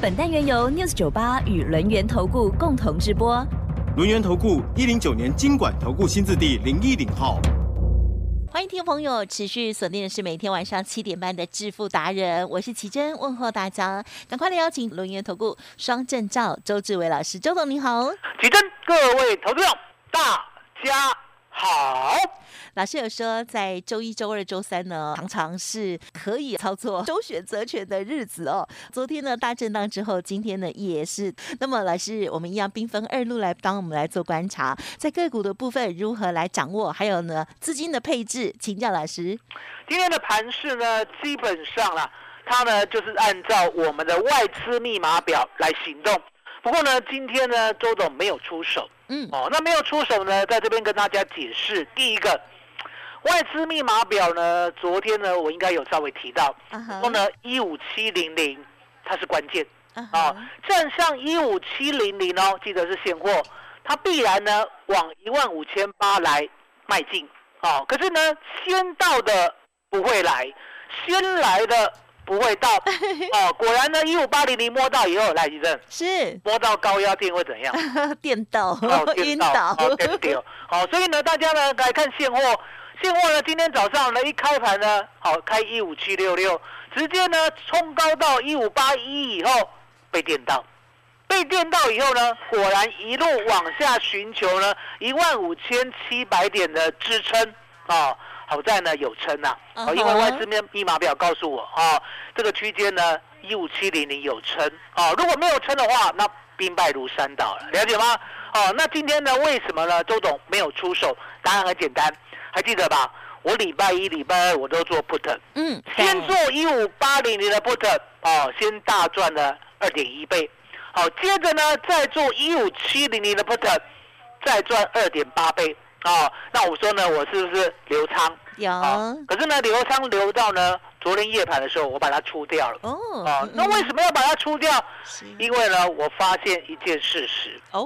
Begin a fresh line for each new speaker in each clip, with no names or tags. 本单元由 News 九八与轮源投顾共同直播。
轮源投顾一零九年经管投顾新字第零一零号。
欢迎听众朋友持续锁定的是每天晚上七点半的《致富达人》，我是奇珍，问候大家，赶快来邀请轮源投顾双证照周志伟老师，周董你好，
奇珍，各位投资者，大家好。
老师有说，在周一周二周三呢，常常是可以操作周选择权的日子哦。昨天呢大震荡之后，今天呢也是。那么老师，我们一样兵分二路来帮我们来做观察，在个股的部分如何来掌握，还有呢资金的配置，请教老师。
今天的盘市呢，基本上啦，它呢就是按照我们的外资密码表来行动。不过呢，今天呢，周董没有出手
嗯，
哦。那没有出手呢，在这边跟大家解释，第一个，外资密码表呢，昨天呢，我应该有稍微提到，
啊哈
然后呢，一五七零零它是关键
啊
哦
哈，，
站上一五七零零哦，记得是现货，它必然呢往一万五千八来迈进哦。可是呢，先到的不会来，先来的不会到哦。果然呢，一五八零零摸到以后，来吉正
是
摸到高压电会怎样？
电到
哦，
晕
颠
倒
倒，，哦，对对，好，所以呢，大家呢来看现货，现货呢今天早上呢一开盘呢，好开一五七六六，直接呢冲高到一五八一以后被电到，被电到以后呢，果然一路往下寻求呢一万五千七百点的支撑哦。好在呢有撑呐、啊，
嗯哼
哦，因为外资面密码表告诉我哦，这个区间呢一五七零零有撑哦，如果没有撑的话，那兵败如山倒了，了解吗？哦，那今天呢，为什么呢？周董没有出手，答案很简单，还记得吧？我礼拜一、礼拜二我都做 put，
嗯，
先
对
做一五八零零的 put，哦，先大赚了二点一倍，好、接着呢再做一五七零零的 put，再赚二点八倍，哦，那我说呢，我是不是留仓？
有
啊，
哦
可是呢，留仓留到呢昨天夜盘的时候，我把它出掉了。
哦
哦
嗯，
那为什么要把它出掉？
是
因为呢，我发现一件事实，
哦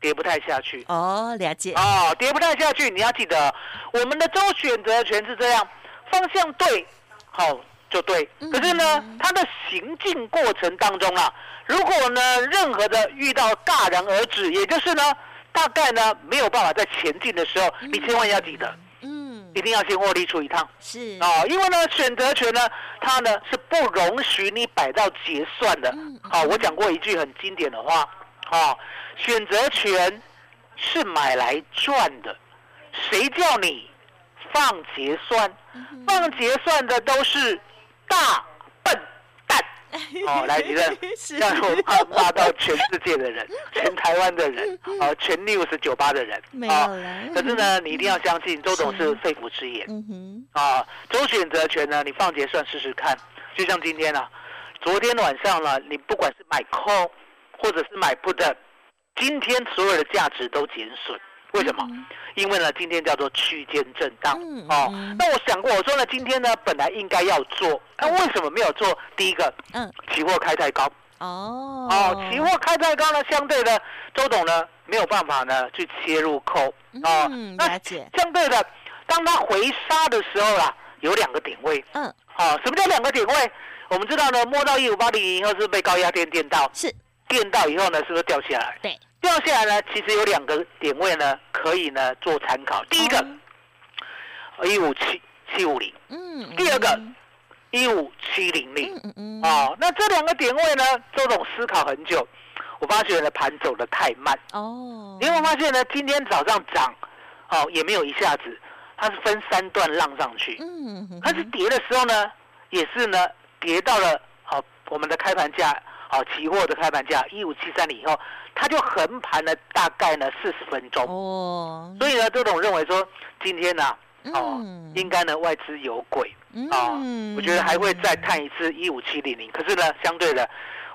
跌不太下去。
哦了解
哦，跌不太下去，你要记得，我们的周选择权是这样，方向对，好、就对。可是呢，它的行进过程当中啊，如果呢任何的遇到戛然而止，也就是呢大概呢没有办法在前进的时候，你千万要记得，
嗯
一定要先获利出一趟。
是
哦，因为呢，选择权呢，它呢是不容许你摆到结算的
嗯。
好、我讲过一句很经典的话，哦，选择权是买来赚的，谁叫你放结算？
嗯
放结算的都是大笨 蛋。哦，来，你认
是
让我骂骂到全世界的 人，全台湾的人，哦，全 news 酒吧的人，
嗯没有
哦
啦，
可是呢，你一定要相信周董
是
是肺腑之言。
嗯哼
啊，周选择权呢，你放结算试试看。就像今天啊，昨天晚上呢，你不管是买 call 或者是买 put，今天所有的价值都减损。为什么？因为呢，今天叫做区间震荡
嗯
哦
嗯。
那我想过，我说呢，今天呢本来应该要做，那为什么没有做？第一个，
嗯
期货开太高
哦
哦，期货开太高呢，相对的，周董呢没有办法呢去切入扣哦。
嗯
那
了解
相对的，当它回杀的时候啦，有两个点位。
嗯
好、什么叫两个点位？我们知道呢，摸到一五八零以后是被高压电电到，
是
电到以后呢，是不是掉下来？
对
掉下来呢，其实有两个点位呢，可以呢做参考。第一个
哦
一五七七五零，
嗯
第二个
嗯
一五七零零。
嗯嗯
哦，那这两个点位呢，周董思考很久，我发觉呢盘走的太慢。
哦
你有没有发现呢？今天早上涨，哦，也没有一下子，它是分三段浪上去。
嗯哼
它是跌的时候呢，也是呢跌到了好、我们的开盘价，好、期货的开盘价一五七三零以后，它就横盘了大概呢四十分钟。
哦
所以呢，周董认为说今天呢、哦，
嗯
应该呢外资有鬼啊、哦
嗯
我觉得还会再探一次一五七零零。可是呢，相对的，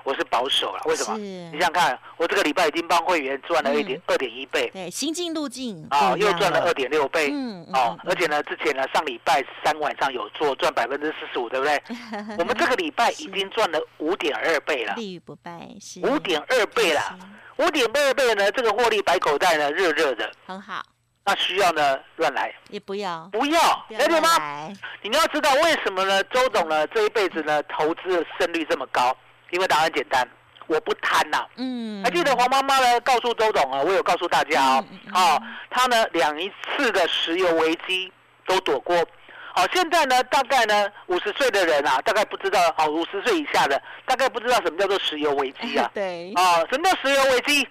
我是保守了。为什么？
是嗯
你想想看，我这个礼拜已经帮会员赚了一点二点一倍
对，行进路径
啊、
不一
又
样
赚了二点六倍。
嗯嗯
哦
嗯，
而且呢，之前呢，上礼拜三晚上有做赚百分之四十五，对不 对？我们这个礼拜已经赚了五点二倍了，
立于不败是
五点二倍了，五点二倍呢，这个获利白口袋呢，热热的，
很好，
那需要呢乱来，
也不要
不要，
不要
了解哎吗？
来
你要知道为什么呢？周董呢这一辈子呢投资的胜率这么高，因为答案简单，我不贪呐、
嗯，
啊还记得黄妈妈呢告诉周董啊，我有告诉大家哦，
嗯嗯嗯。
哦，她呢两一次的石油危机都躲过。好、现在呢，大概呢，五十岁的人啊，大概不知道，哦，五十岁以下的，大概不知道什么叫做石油危机啊
对，
哦，什么叫石油危机？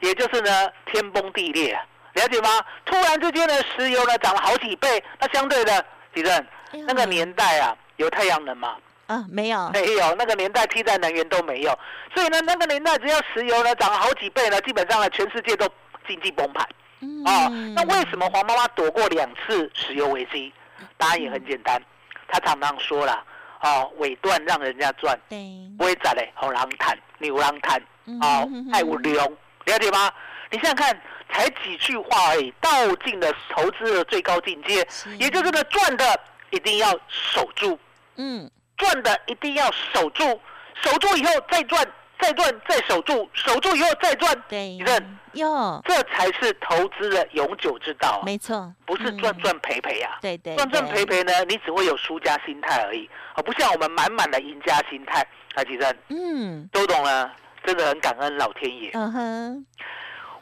也就是呢天崩地裂，啊了解吗？突然之间呢，石油呢涨了好几倍，那相对的，地震
哎呦
那个年代啊，有太阳能吗？
啊没有，
没有，那个年代替代能源都没有，所以呢，那个年代只要石油呢涨了好几倍呢，基本上呢全世界都经济崩盘
嗯
哦。那为什么黄妈妈躲过两次石油危机？
嗯
答案也很简单，她常常说了，哦，尾段让人家赚，
对
不会赚嘞，红狼谈，牛狼谈。哦
嗯嗯，
爱无量，了解吗？你想想看，才几句话而已，道尽了投资的最高境界
是，
也就是呢，赚的一定要守住，
嗯
赚的一定要守住，守住以后再赚，再赚再守住，守住以后再赚，
对
你看，
哟
这才是投资的永久之道啊、
没嗯错，
不是
嗯
赚赚赔赔啊。
对对
赚赚
对
赔赔呢，你只会有输家心态而已，而不像我们满满的赢家心态。啊，其实
嗯
周董呢，真的很感恩老天爷。
嗯哼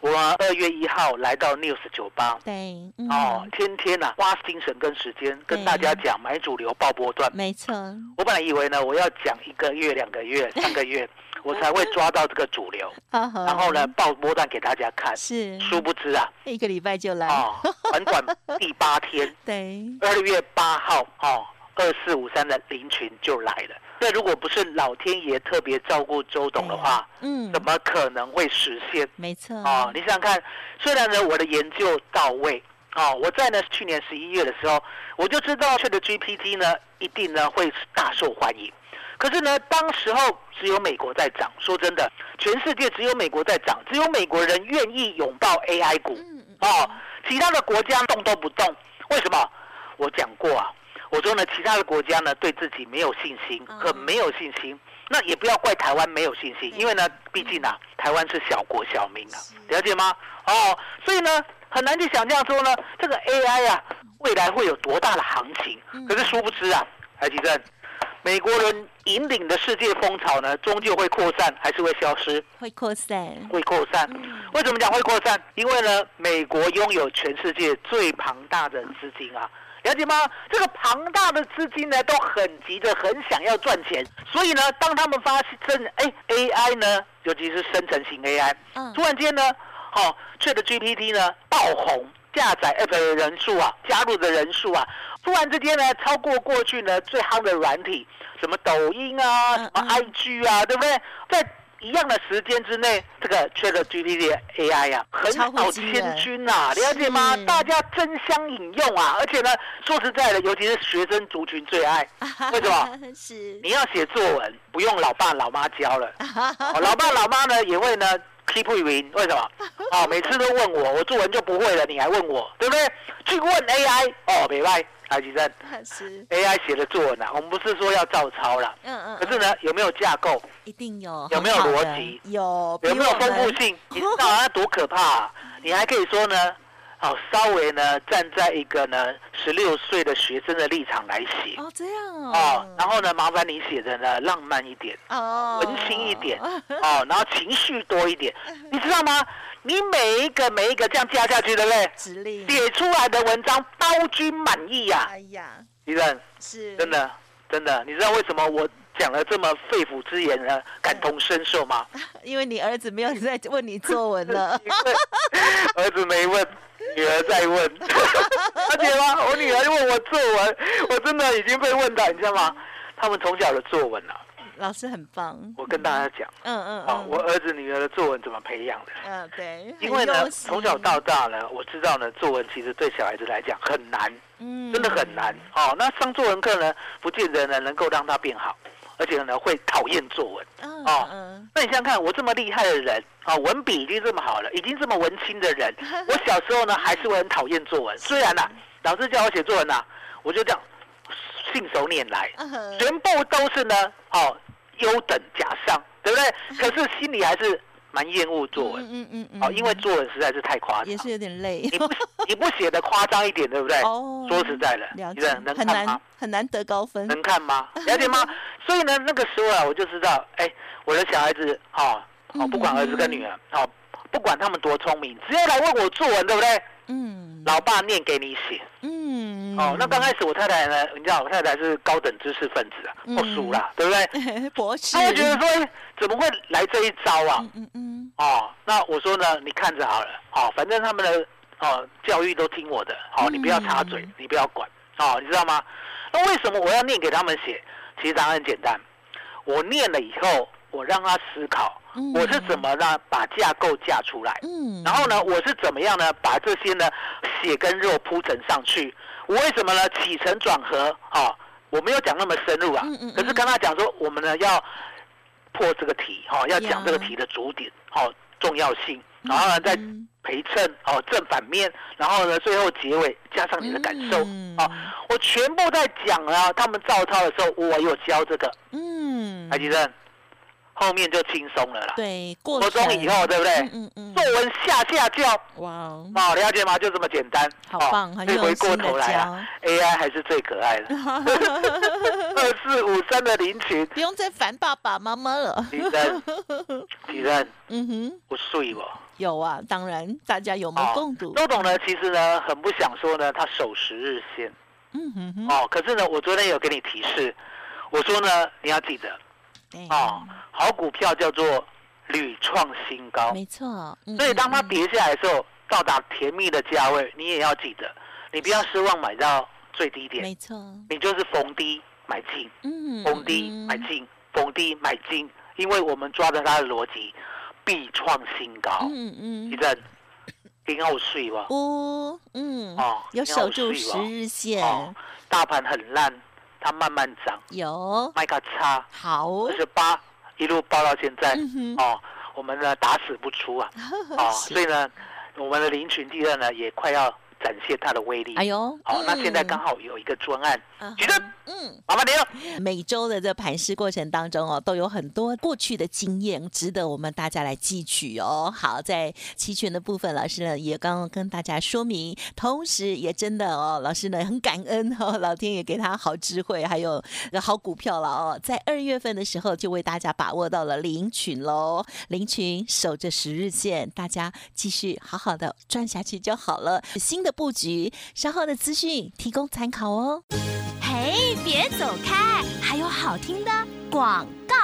我二月一号来到 News 酒吧，
对
哦
嗯，
天天啊花精神跟时间跟
对
大家讲买主流爆波段。
没错
我本来以为呢，我要讲一个月、两个月、三个 月，我才会抓到这个主流，
啊哈
然后呢爆波段给大家看。
是
殊不知啊，
一个礼拜就来
哦，短短第八 天，
对
二月八号哦，二四五三的林群就来了。那如果不是老天爷特别照顾周董的话，
嗯
怎么可能会实现？
没错
哦，你想想看，虽然呢我的研究到位，哦，我在呢去年十一月的时候，我就知道 Chat GPT 呢一定呢会大受欢迎。可是呢，当时候只有美国在涨。说真的，全世界只有美国在涨，只有美国人愿意拥抱 AI 股
嗯嗯
哦，其他的国家动都不动。为什么？我讲过啊，我说呢，其他的国家呢对自己没有信心，
嗯
很没有信心。那也不要怪台湾没有信心，因为呢，毕竟啊，台湾是小国小民啊，了解吗？哦，所以呢，很难去想象说呢，这个 AI 啊，未来会有多大的行情。
嗯
可是殊不知啊，海吉正，美国人引领的世界风潮呢，终究会扩散，还是会消失？
会扩散
会扩散。为什么讲会扩散？因为呢，美国拥有全世界最庞大的资金啊。了解吗？这个庞大的资金呢，都很急着、很想要赚钱，所以呢，当他们发现，哎，AI 呢，尤其是生成型 AI，
嗯
突然间呢，哦，Chat GPT 呢爆红，下载 App 的人数啊，加入的人数啊，突然之间呢，超过过去呢最夯的软体，什么抖音啊，
嗯
什么 IG 啊，对不对？在一样的时间之内，这个 Chat GPT 的 AI 啊，横
超
扫
乎惊人
千军啊，了解吗
是？
大家争相引用啊，而且呢，说实在的，尤其是学生族群最 爱，为什么？
是
你要写作文，不用老爸老妈教 了。哦、老爸老妈呢也会呢 keep 云，为什 么？哦，每次都问我，我作文就不会了，你还问我，对不对？去问 AI，哦，没拜，海吉生
嗯是
AI 写的作文啊，我们不是说要照抄啦，
嗯嗯
可是呢，有没有架构？
一定有
有没有
很好
逻
的
辑
有比
有没有
我
丰
们
富性？你知道啊多可怕、啊？你还可以说呢，哦，稍微呢站在一个呢十六岁的学生的立场来写。
哦这样
哦，
哦
然后呢，麻烦你写的呢浪漫一点，
哦
文青一点哦，然后情绪多一 点，你知道吗？你每一个每一个这样加下去，对不对？
指令
写出来的文章包君满意呀、
哎呀
李正，
是
真的真的，你知道为什么我讲了这么肺腑之言
嗯
呢？感同身受吗？，
因为你儿子没有在问你作文了
因为儿子没问，女儿在问， 而且吗？我女儿问我作文，我真的已经被问到，你知道吗？他们从小的作文啊，
老师很棒，
我跟大家讲
嗯嗯
啊，
嗯，
我儿子女儿的作文怎么培养的？
嗯对，
因
很
为呢，
用心
从小到大呢，我知道呢，作文其实对小孩子来讲很难，
嗯
真的很难。哦，那上作文课呢，不见得呢能够让他变好。而且呢会讨厌作文。
嗯
哦
嗯
那你想想看，我这么厉害的人啊，文笔已经这么好了，已经这么文青的 人，我小时候呢还是会很讨厌作文。虽然
嗯
呐、老师叫我写作文呐、啊我就这样信手拈来，
嗯
全部都是呢，哦，优等假上，对不 对？可是心里还是蛮厌恶作文，
嗯嗯嗯
哦，因为作文实在是太夸张
也，是有点累
你不你不写的夸张一点，对不对？
哦
说实在的，
了
你
解
这能看
很
吗
难？很难得高分，
能看吗？了解吗？所以呢，那个时候啊，我就知道，哎，我的小孩子，哦，哦，
嗯
不管儿子跟女儿，哦，不管他们多聪明，只要来问我作文，对不对？
嗯
老爸念给你写。
嗯
哦，那刚开始我太太呢，你知道，我太太是高等知识分子啊，
嗯
我输啦，对不对？
博士，
她会觉得说，哎，怎么会来这一招啊？
嗯嗯嗯
哦，那我说呢，你看着好了，哦，反正他们的哦教育都听我的，哦，你不要插嘴，
嗯
你不要管，哦，你知道吗？那为什么我要念给他们写？其实答案很简单，我念了以后，我让他思考，
嗯
我是怎么呢把架构架出来，
嗯，
然后呢，我是怎么样呢把这些呢血跟肉铺陈上去？我为什么呢起承转合啊、哦？我没有讲那么深入啊，
嗯嗯嗯
可是跟他讲说，我们呢要破这个题，哦，要讲这个
呀
题的主点，哦，重要性，然后呢再
嗯
陪衬，哦，正反面，然后呢最后结尾加上你的感受，
嗯
哦，我全部在讲了他们照抄的时候，我有教这个，
嗯
海，吉生，后面就轻松了啦。
对，过
国中
程
以后，哎对不对？
嗯嗯
作文下下教。
嗯，哇 哦，
哦，了解吗？就这么简单。
好
哦
棒很
所以
用
回过
心地
头来啊，AI 还是最可爱的。 二四五三的林群，
不用再烦爸爸妈 妈了，
李 仁，李仁，
嗯哼，
我睡我。
有啊，当然大家有目
哦
共睹，
周董呢，其实呢，很不想说呢，他守十日线
嗯哼哼，
哦。可是呢，我昨天有给你提示，我说呢，你要记得
哎
哦，好股票叫做屡创新高，
没错，嗯
所以当它
比
跌下来的时候，到达甜蜜的价位，你也要记得，你不要失望买到最低点。
没错，
你就是逢低买进，
嗯，
逢低买
嗯
进，逢低买进，因为我们抓着它的逻辑，必创新高。
嗯嗯
一阵，今天我睡吧，
呜，嗯，
哦
有守住十日线，
哦，大盘很烂，它慢慢涨，
有
卖个差
好，
二十八一路爆到现在，
嗯哼，
哦，我们呢打死不出 啊，哦，
是
所以呢，我们的林群第二呢也快要展现它的威力。
哎呦，
哦，那现在刚
好，
好有一个专案，
啊
举证
哈嗯，
麻烦您了。
每周的这盘试过程当中哦，都有很多过去的经验，值得我们大家来汲取哦。好，在期权的部分，老师呢也刚刚跟大家说明，同时也真的哦，老师呢很感恩哦，老天爷给他好智慧，还有好股票了哦。在二月份的时候就为大家把握到了领群喽，领群守着十日线，大家继续好好的赚下去就好了。新的布局，稍后的资讯提供参考哦。
嘿，别走开，还有好听的广告。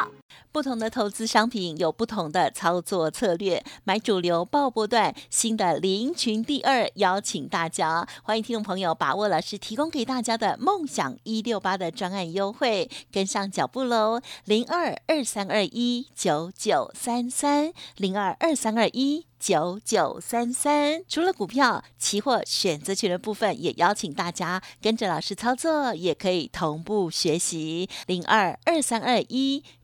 不同的投资商品有不同的操作策略，买主流爆波段，新的林群第二，邀请大家，欢迎听众朋友把握老师提供给大家的梦想一六八的专案优惠，跟上脚步喽，零二二三二一九九三三，零二二三二一。九九三三，除了股票、期货、选择权的部分，也邀请大家跟着老师操作，也可以同步学习零二二三二一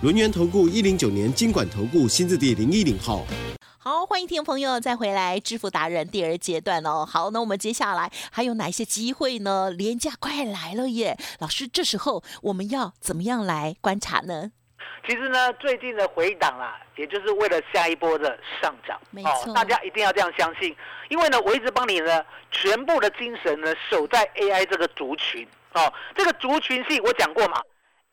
轮源投顾一零九年经管投顾新字第零一零号。
好，欢迎听众朋友再回来，致富达人第二阶段哦。好，那我们接下来还有哪一些机会呢？廉价快来了耶！老师，这时候我们要怎么样来观察呢？
其实呢，最近的回档啊，也就是为了下一波的上涨。哦
没错
大家一定要这样相信，因为呢，我一直帮你呢，全部的精神呢，守在 AI 这个族群哦。这个族群系我讲过嘛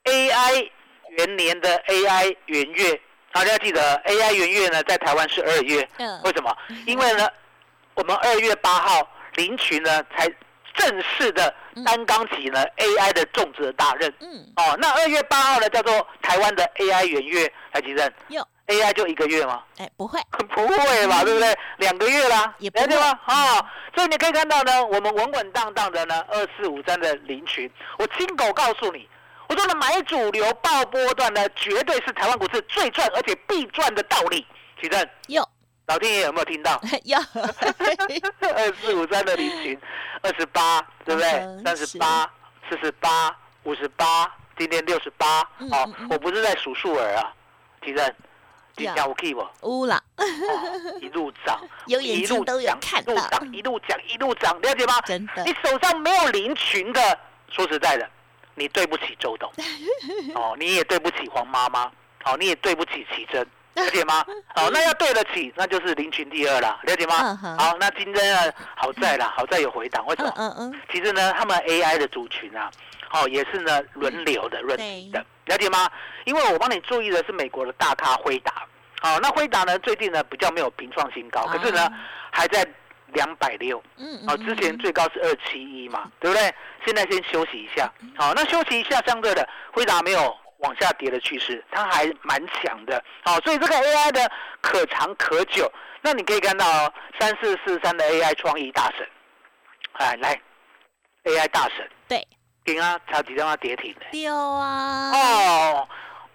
，AI 元年的 AI 元月，大家记得 AI 元月呢，在台湾是二月。
嗯
为什么？因为呢，我们二月八号林群呢才正式的担纲起呢 AI 的种植的大任。
嗯，
哦，那二月八号呢，叫做台湾的 AI 元月，台积电
哟，
AI 就一个月吗？
哎，不会，
不会吧，对不对？两个月啦，
嗯也不会
了解吗？啊、所以你可以看到呢，我们稳稳当当的呢，二四五三的林群，我亲口告诉你，我说呢，买主流爆波段呢，绝对是台湾股市最赚而且必赚的道理。奇正，
哟，
老天爷有没有听到？
哟，
二四五三的林群，二十八，对不对
嗯？
三
是
十八、四十八、五十八，今天六十八。
嗯
哦
嗯嗯，
我不是在数数耳啊，奇正，你
呀
听有 key 不？
乌啦，，
哦一路涨
有眼睛都有看
一
到
路涨，一路涨，一路涨，了解吗？
真的
你手上没有林群的，说实在的，你对不起周 董，哦，你也对不起黄妈妈，哦，你也对不起奇珍。了解 吗？好，那要对得起，那就是林群第二啦，了解吗
嗯？哼
好，那金珍啊，好在啦，好在有回档，为什
嗯
么？
嗯嗯，
其实呢，他们 AI 的族群啊，哦，也是呢轮流的轮
嗯对
的，了解吗？因为我帮你注意的是美国的大咖辉达，哦，那辉达呢最近呢比较没有平创新高，可是呢
啊
还在两百六，
嗯
哦，之前最高是二七一嘛，对不对？现在先休息一下，好、那休息一下，相对的辉达没有往下跌的趋势，它还蛮强的，好、所以这个 AI 的可长可久。那你可以看到哦，三四四三的 AI 创意大神，哎，来 AI 大神，
对，
顶啊，超级让它跌停的，
丢啊，，
哦，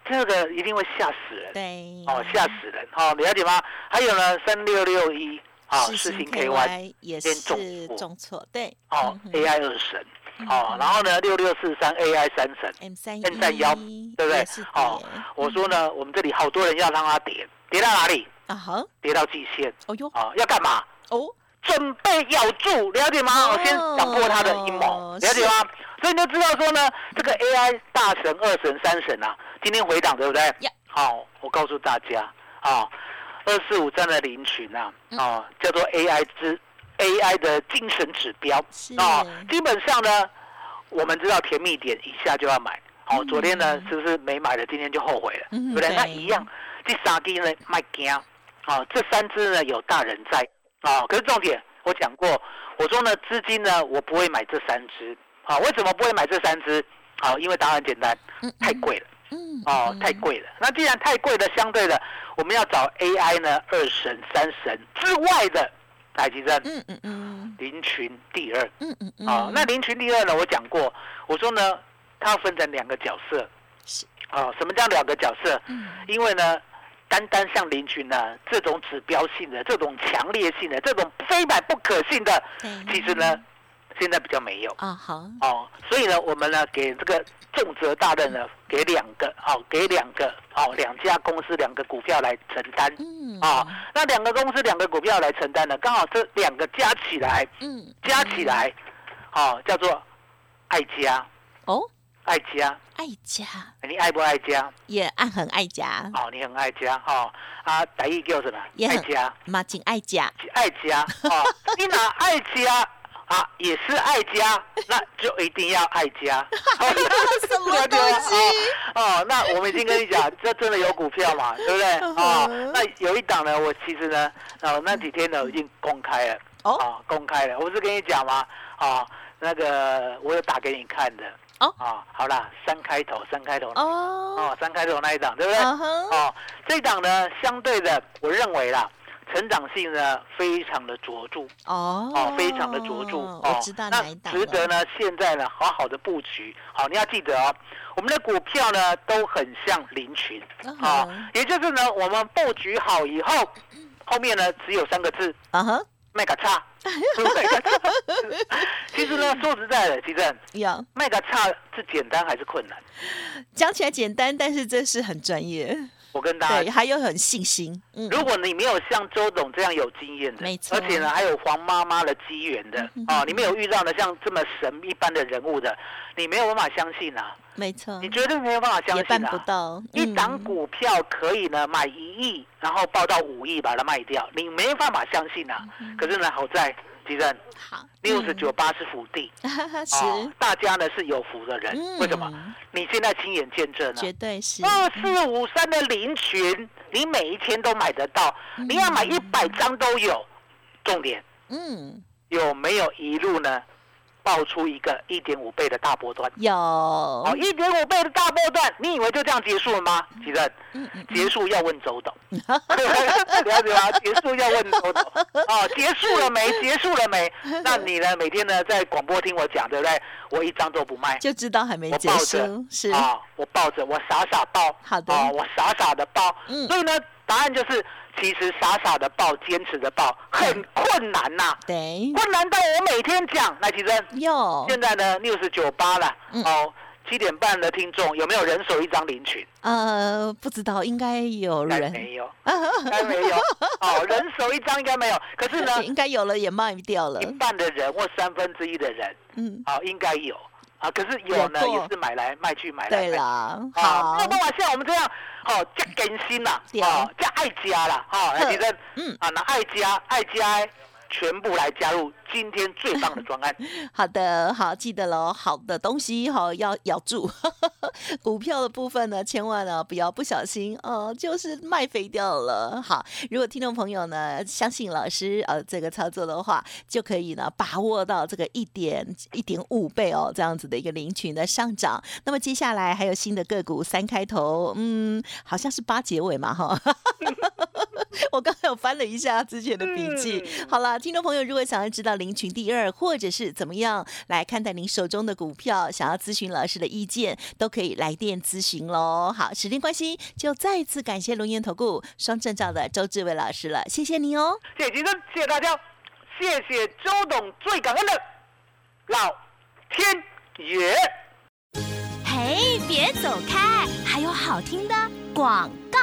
这个一定会吓死人，
对，
哦，吓死人，哦，了解吗？还有呢，三六六一，啊，
世
四
新
星 KY。
也
先中
是
错
重挫，对，
哦，AI 二神，
嗯
哦，然后呢，六六四三 AI 三神，
M 三
现在腰对不对？
哦，
我说呢，我们这里好多人要让它跌，跌到哪里？
啊哈，
跌到季线
哦哟，
啊，要干嘛？
哦，
准备咬住，了解吗？
哦
我先掌握他的阴谋，了解吗？所以你就知道说呢，这个 AI 大神、二神、三神啊，今天回档对不对
Yeah？
好、我告诉大家啊，二四五站的林群啊，
嗯
哦、叫做 AI 之 AI 的精神指标
是
哦，基本上呢，我们知道甜蜜点一下就要买。哦，
嗯
昨天呢是不是没买的，今天就后悔了，
嗯
对不对？
对
那一样，这三只呢卖惊，哦，这三只呢有大人在，哦，可是重点我讲过，我说呢资金呢我不会买这三只，啊、为什么不会买这三只？啊、因为答案简单，太贵了，
嗯，
哦，太贵了。那既然太贵了，相对的我们要找 AI 呢二神、三神之外的，台积电、
嗯嗯嗯
林群第二，
嗯嗯嗯，
啊、那林群第二呢，我讲过，我说呢它分成两个角色
是，
啊、什么叫两个角色？
嗯
因为呢，单单像林群呢、这种指标性的、这种强烈性的、这种非买不可信的，
对嗯
其实呢，现在比较没有
啊好，
哦。所以呢，我们呢给这个重责大任呢，给两个哦，给两个哦，两家公司两个股票来承担
嗯
哦。那两个公司两个股票来承担呢，刚好这两个加起来，
嗯
加起来，哦，叫做爱家，
哦，
爱家，
爱家
你爱不爱家？
也爱很爱家，
哦，你很爱家哈、哦啊，台语叫什么？
也
爱
很
家。
马景爱家，
爱家 哦，你哪爱家啊，也是爱家，那就一定要爱 家。 哦
什么
了解
东
吗
西？
哦哦，那我们已经跟你 讲，这真的有股票嘛，对不对？
嗯
哦，那有一档呢，我其实呢，哦，那几天呢已经公开了，
哦
哦，公开了，我不是跟你讲吗？哦，那个我有打给你看的，
哦
哦，好啦，三开头，三开头，
哦，
哦，三开头那一档，对不对？
嗯哼，
哦，这一档呢，相对的，我认为啦，成长性呢非常的卓著。
哦
哦，非常的卓著哦，
我知道哪一档
那值得
了，
呢，现在呢，好好的布局。好、你要记得哦，我们的股票呢都很像林群
嗯哼
啊、也就是呢，我们布局好以 后，后面呢只有三个字：
啊哈，
卖个 差，卖个差。 其实呢，说实在的，其实
有
卖个差是简单还是困难？
讲起来简单，但是这是很专业，
我跟大家
对，还有很信心，嗯，
如果你没有像周董这样有经验的，
没错
而且呢还有黄妈妈的机缘的
嗯
哦，你没有遇到呢像这么神一般的人物的，你没有办法相信啊，
没错
你，绝对没有办法相
嗯也办
信
不
啊。
到，
一
嗯
档股票可以呢买一亿，然后报到五亿把它卖掉，你没办法相信啊。
嗯
可是呢，好在吉正
好
六十九八是福地，
嗯
哦
是，
大家呢是有福的人。为什么？
嗯
你现在亲眼见证啊，
绝对是
二四五三的林群，你每一天都买得到，
嗯
你要买一百张都有。重点
嗯，
有没有一路呢爆出一个一点五倍的大波段。
有
哦，一点五倍的大波段，你以为就这样结束了吗？其任，
嗯嗯
结束要问周 董，了解吗？结束要问周董，哦，结束了没？结束了 没？那你呢？每天呢在广播听我讲，对不对？我一张都不卖，
就知道还没
我
结
抱着
束，是
啊、我抱着，我傻傻抱，
好的
啊我傻傻的抱，
嗯
所以呢，答案就是其实傻傻的抱，坚持的抱，
嗯
很困难呐、
对，
困难到我每天讲，来，其实
有
现在呢六十九八了，
哦嗯
哦，七点半的听众有没有人手一张领取？
呃，不知道应该有
应该
人，，
没有，应该没有，哦，人手一张应该没有，可是呢
应该有了也卖掉了
一，半的人或三分之一的人，
嗯，
啊、应该有。啊，可是有呢，
有过
也是买来卖去，买来卖
对
去。
啦，
啊，
好
没有，办法像我们这样，哦，加更新啦，
对
哦，加爱家啦，哈、哦，
呵
哎你的，
嗯
啊，那爱家爱家全部来加入今天最棒的专案，
好的，好，记得喽。好的东西哈、要咬住。 股票的部分呢，千万呢不要不小心，呃，就是卖飞掉了。好，如果听众朋友呢相信老师呃这个操作的话，就可以呢把握到这个一点一点五倍哦这样子的一个领取的上涨。那么接下来还有新的个股三开头，嗯，好像是八结尾嘛哈。 我刚才有翻了一下之前的 笔记。
嗯
好了，听众朋友，如果想要知道林群第二，或者是怎么样来看待您手中的股票，想要咨询老师的意见，都可以来电咨询喽。好，时间关系，就再次感谢龙岩投顾双证照的周志伟老师了，谢谢你哦。
谢谢吉生，谢谢大家，谢谢周董，最感恩的老天爷。
嘿，别走开，还有好听的广告。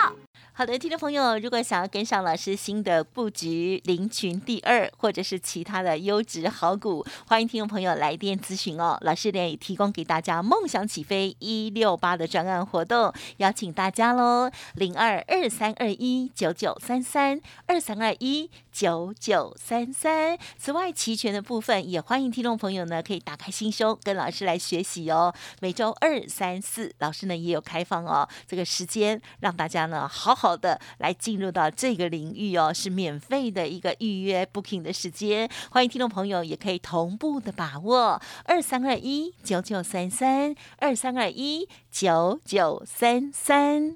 好的，听众朋友，如果想要跟上老师新的布局，林群第二或者是其他的优质好股，欢迎听众朋友来电咨询哦。老师呢也提供给大家“梦想起飞一六八”的专案活动，邀请大家喽，零二二三二一九九三三二三二一九九三三。此外，期权的部分也欢迎听众朋友呢可以打开心胸，跟老师来学习哦。每周二、三、四，老师呢也有开放哦，这个时间让大家呢好好的来进入到这个领域哦，是免费的一个预约 booking 的时间，欢迎听众朋友也可以同步的把握二三二一九九三三二三二一九九三三。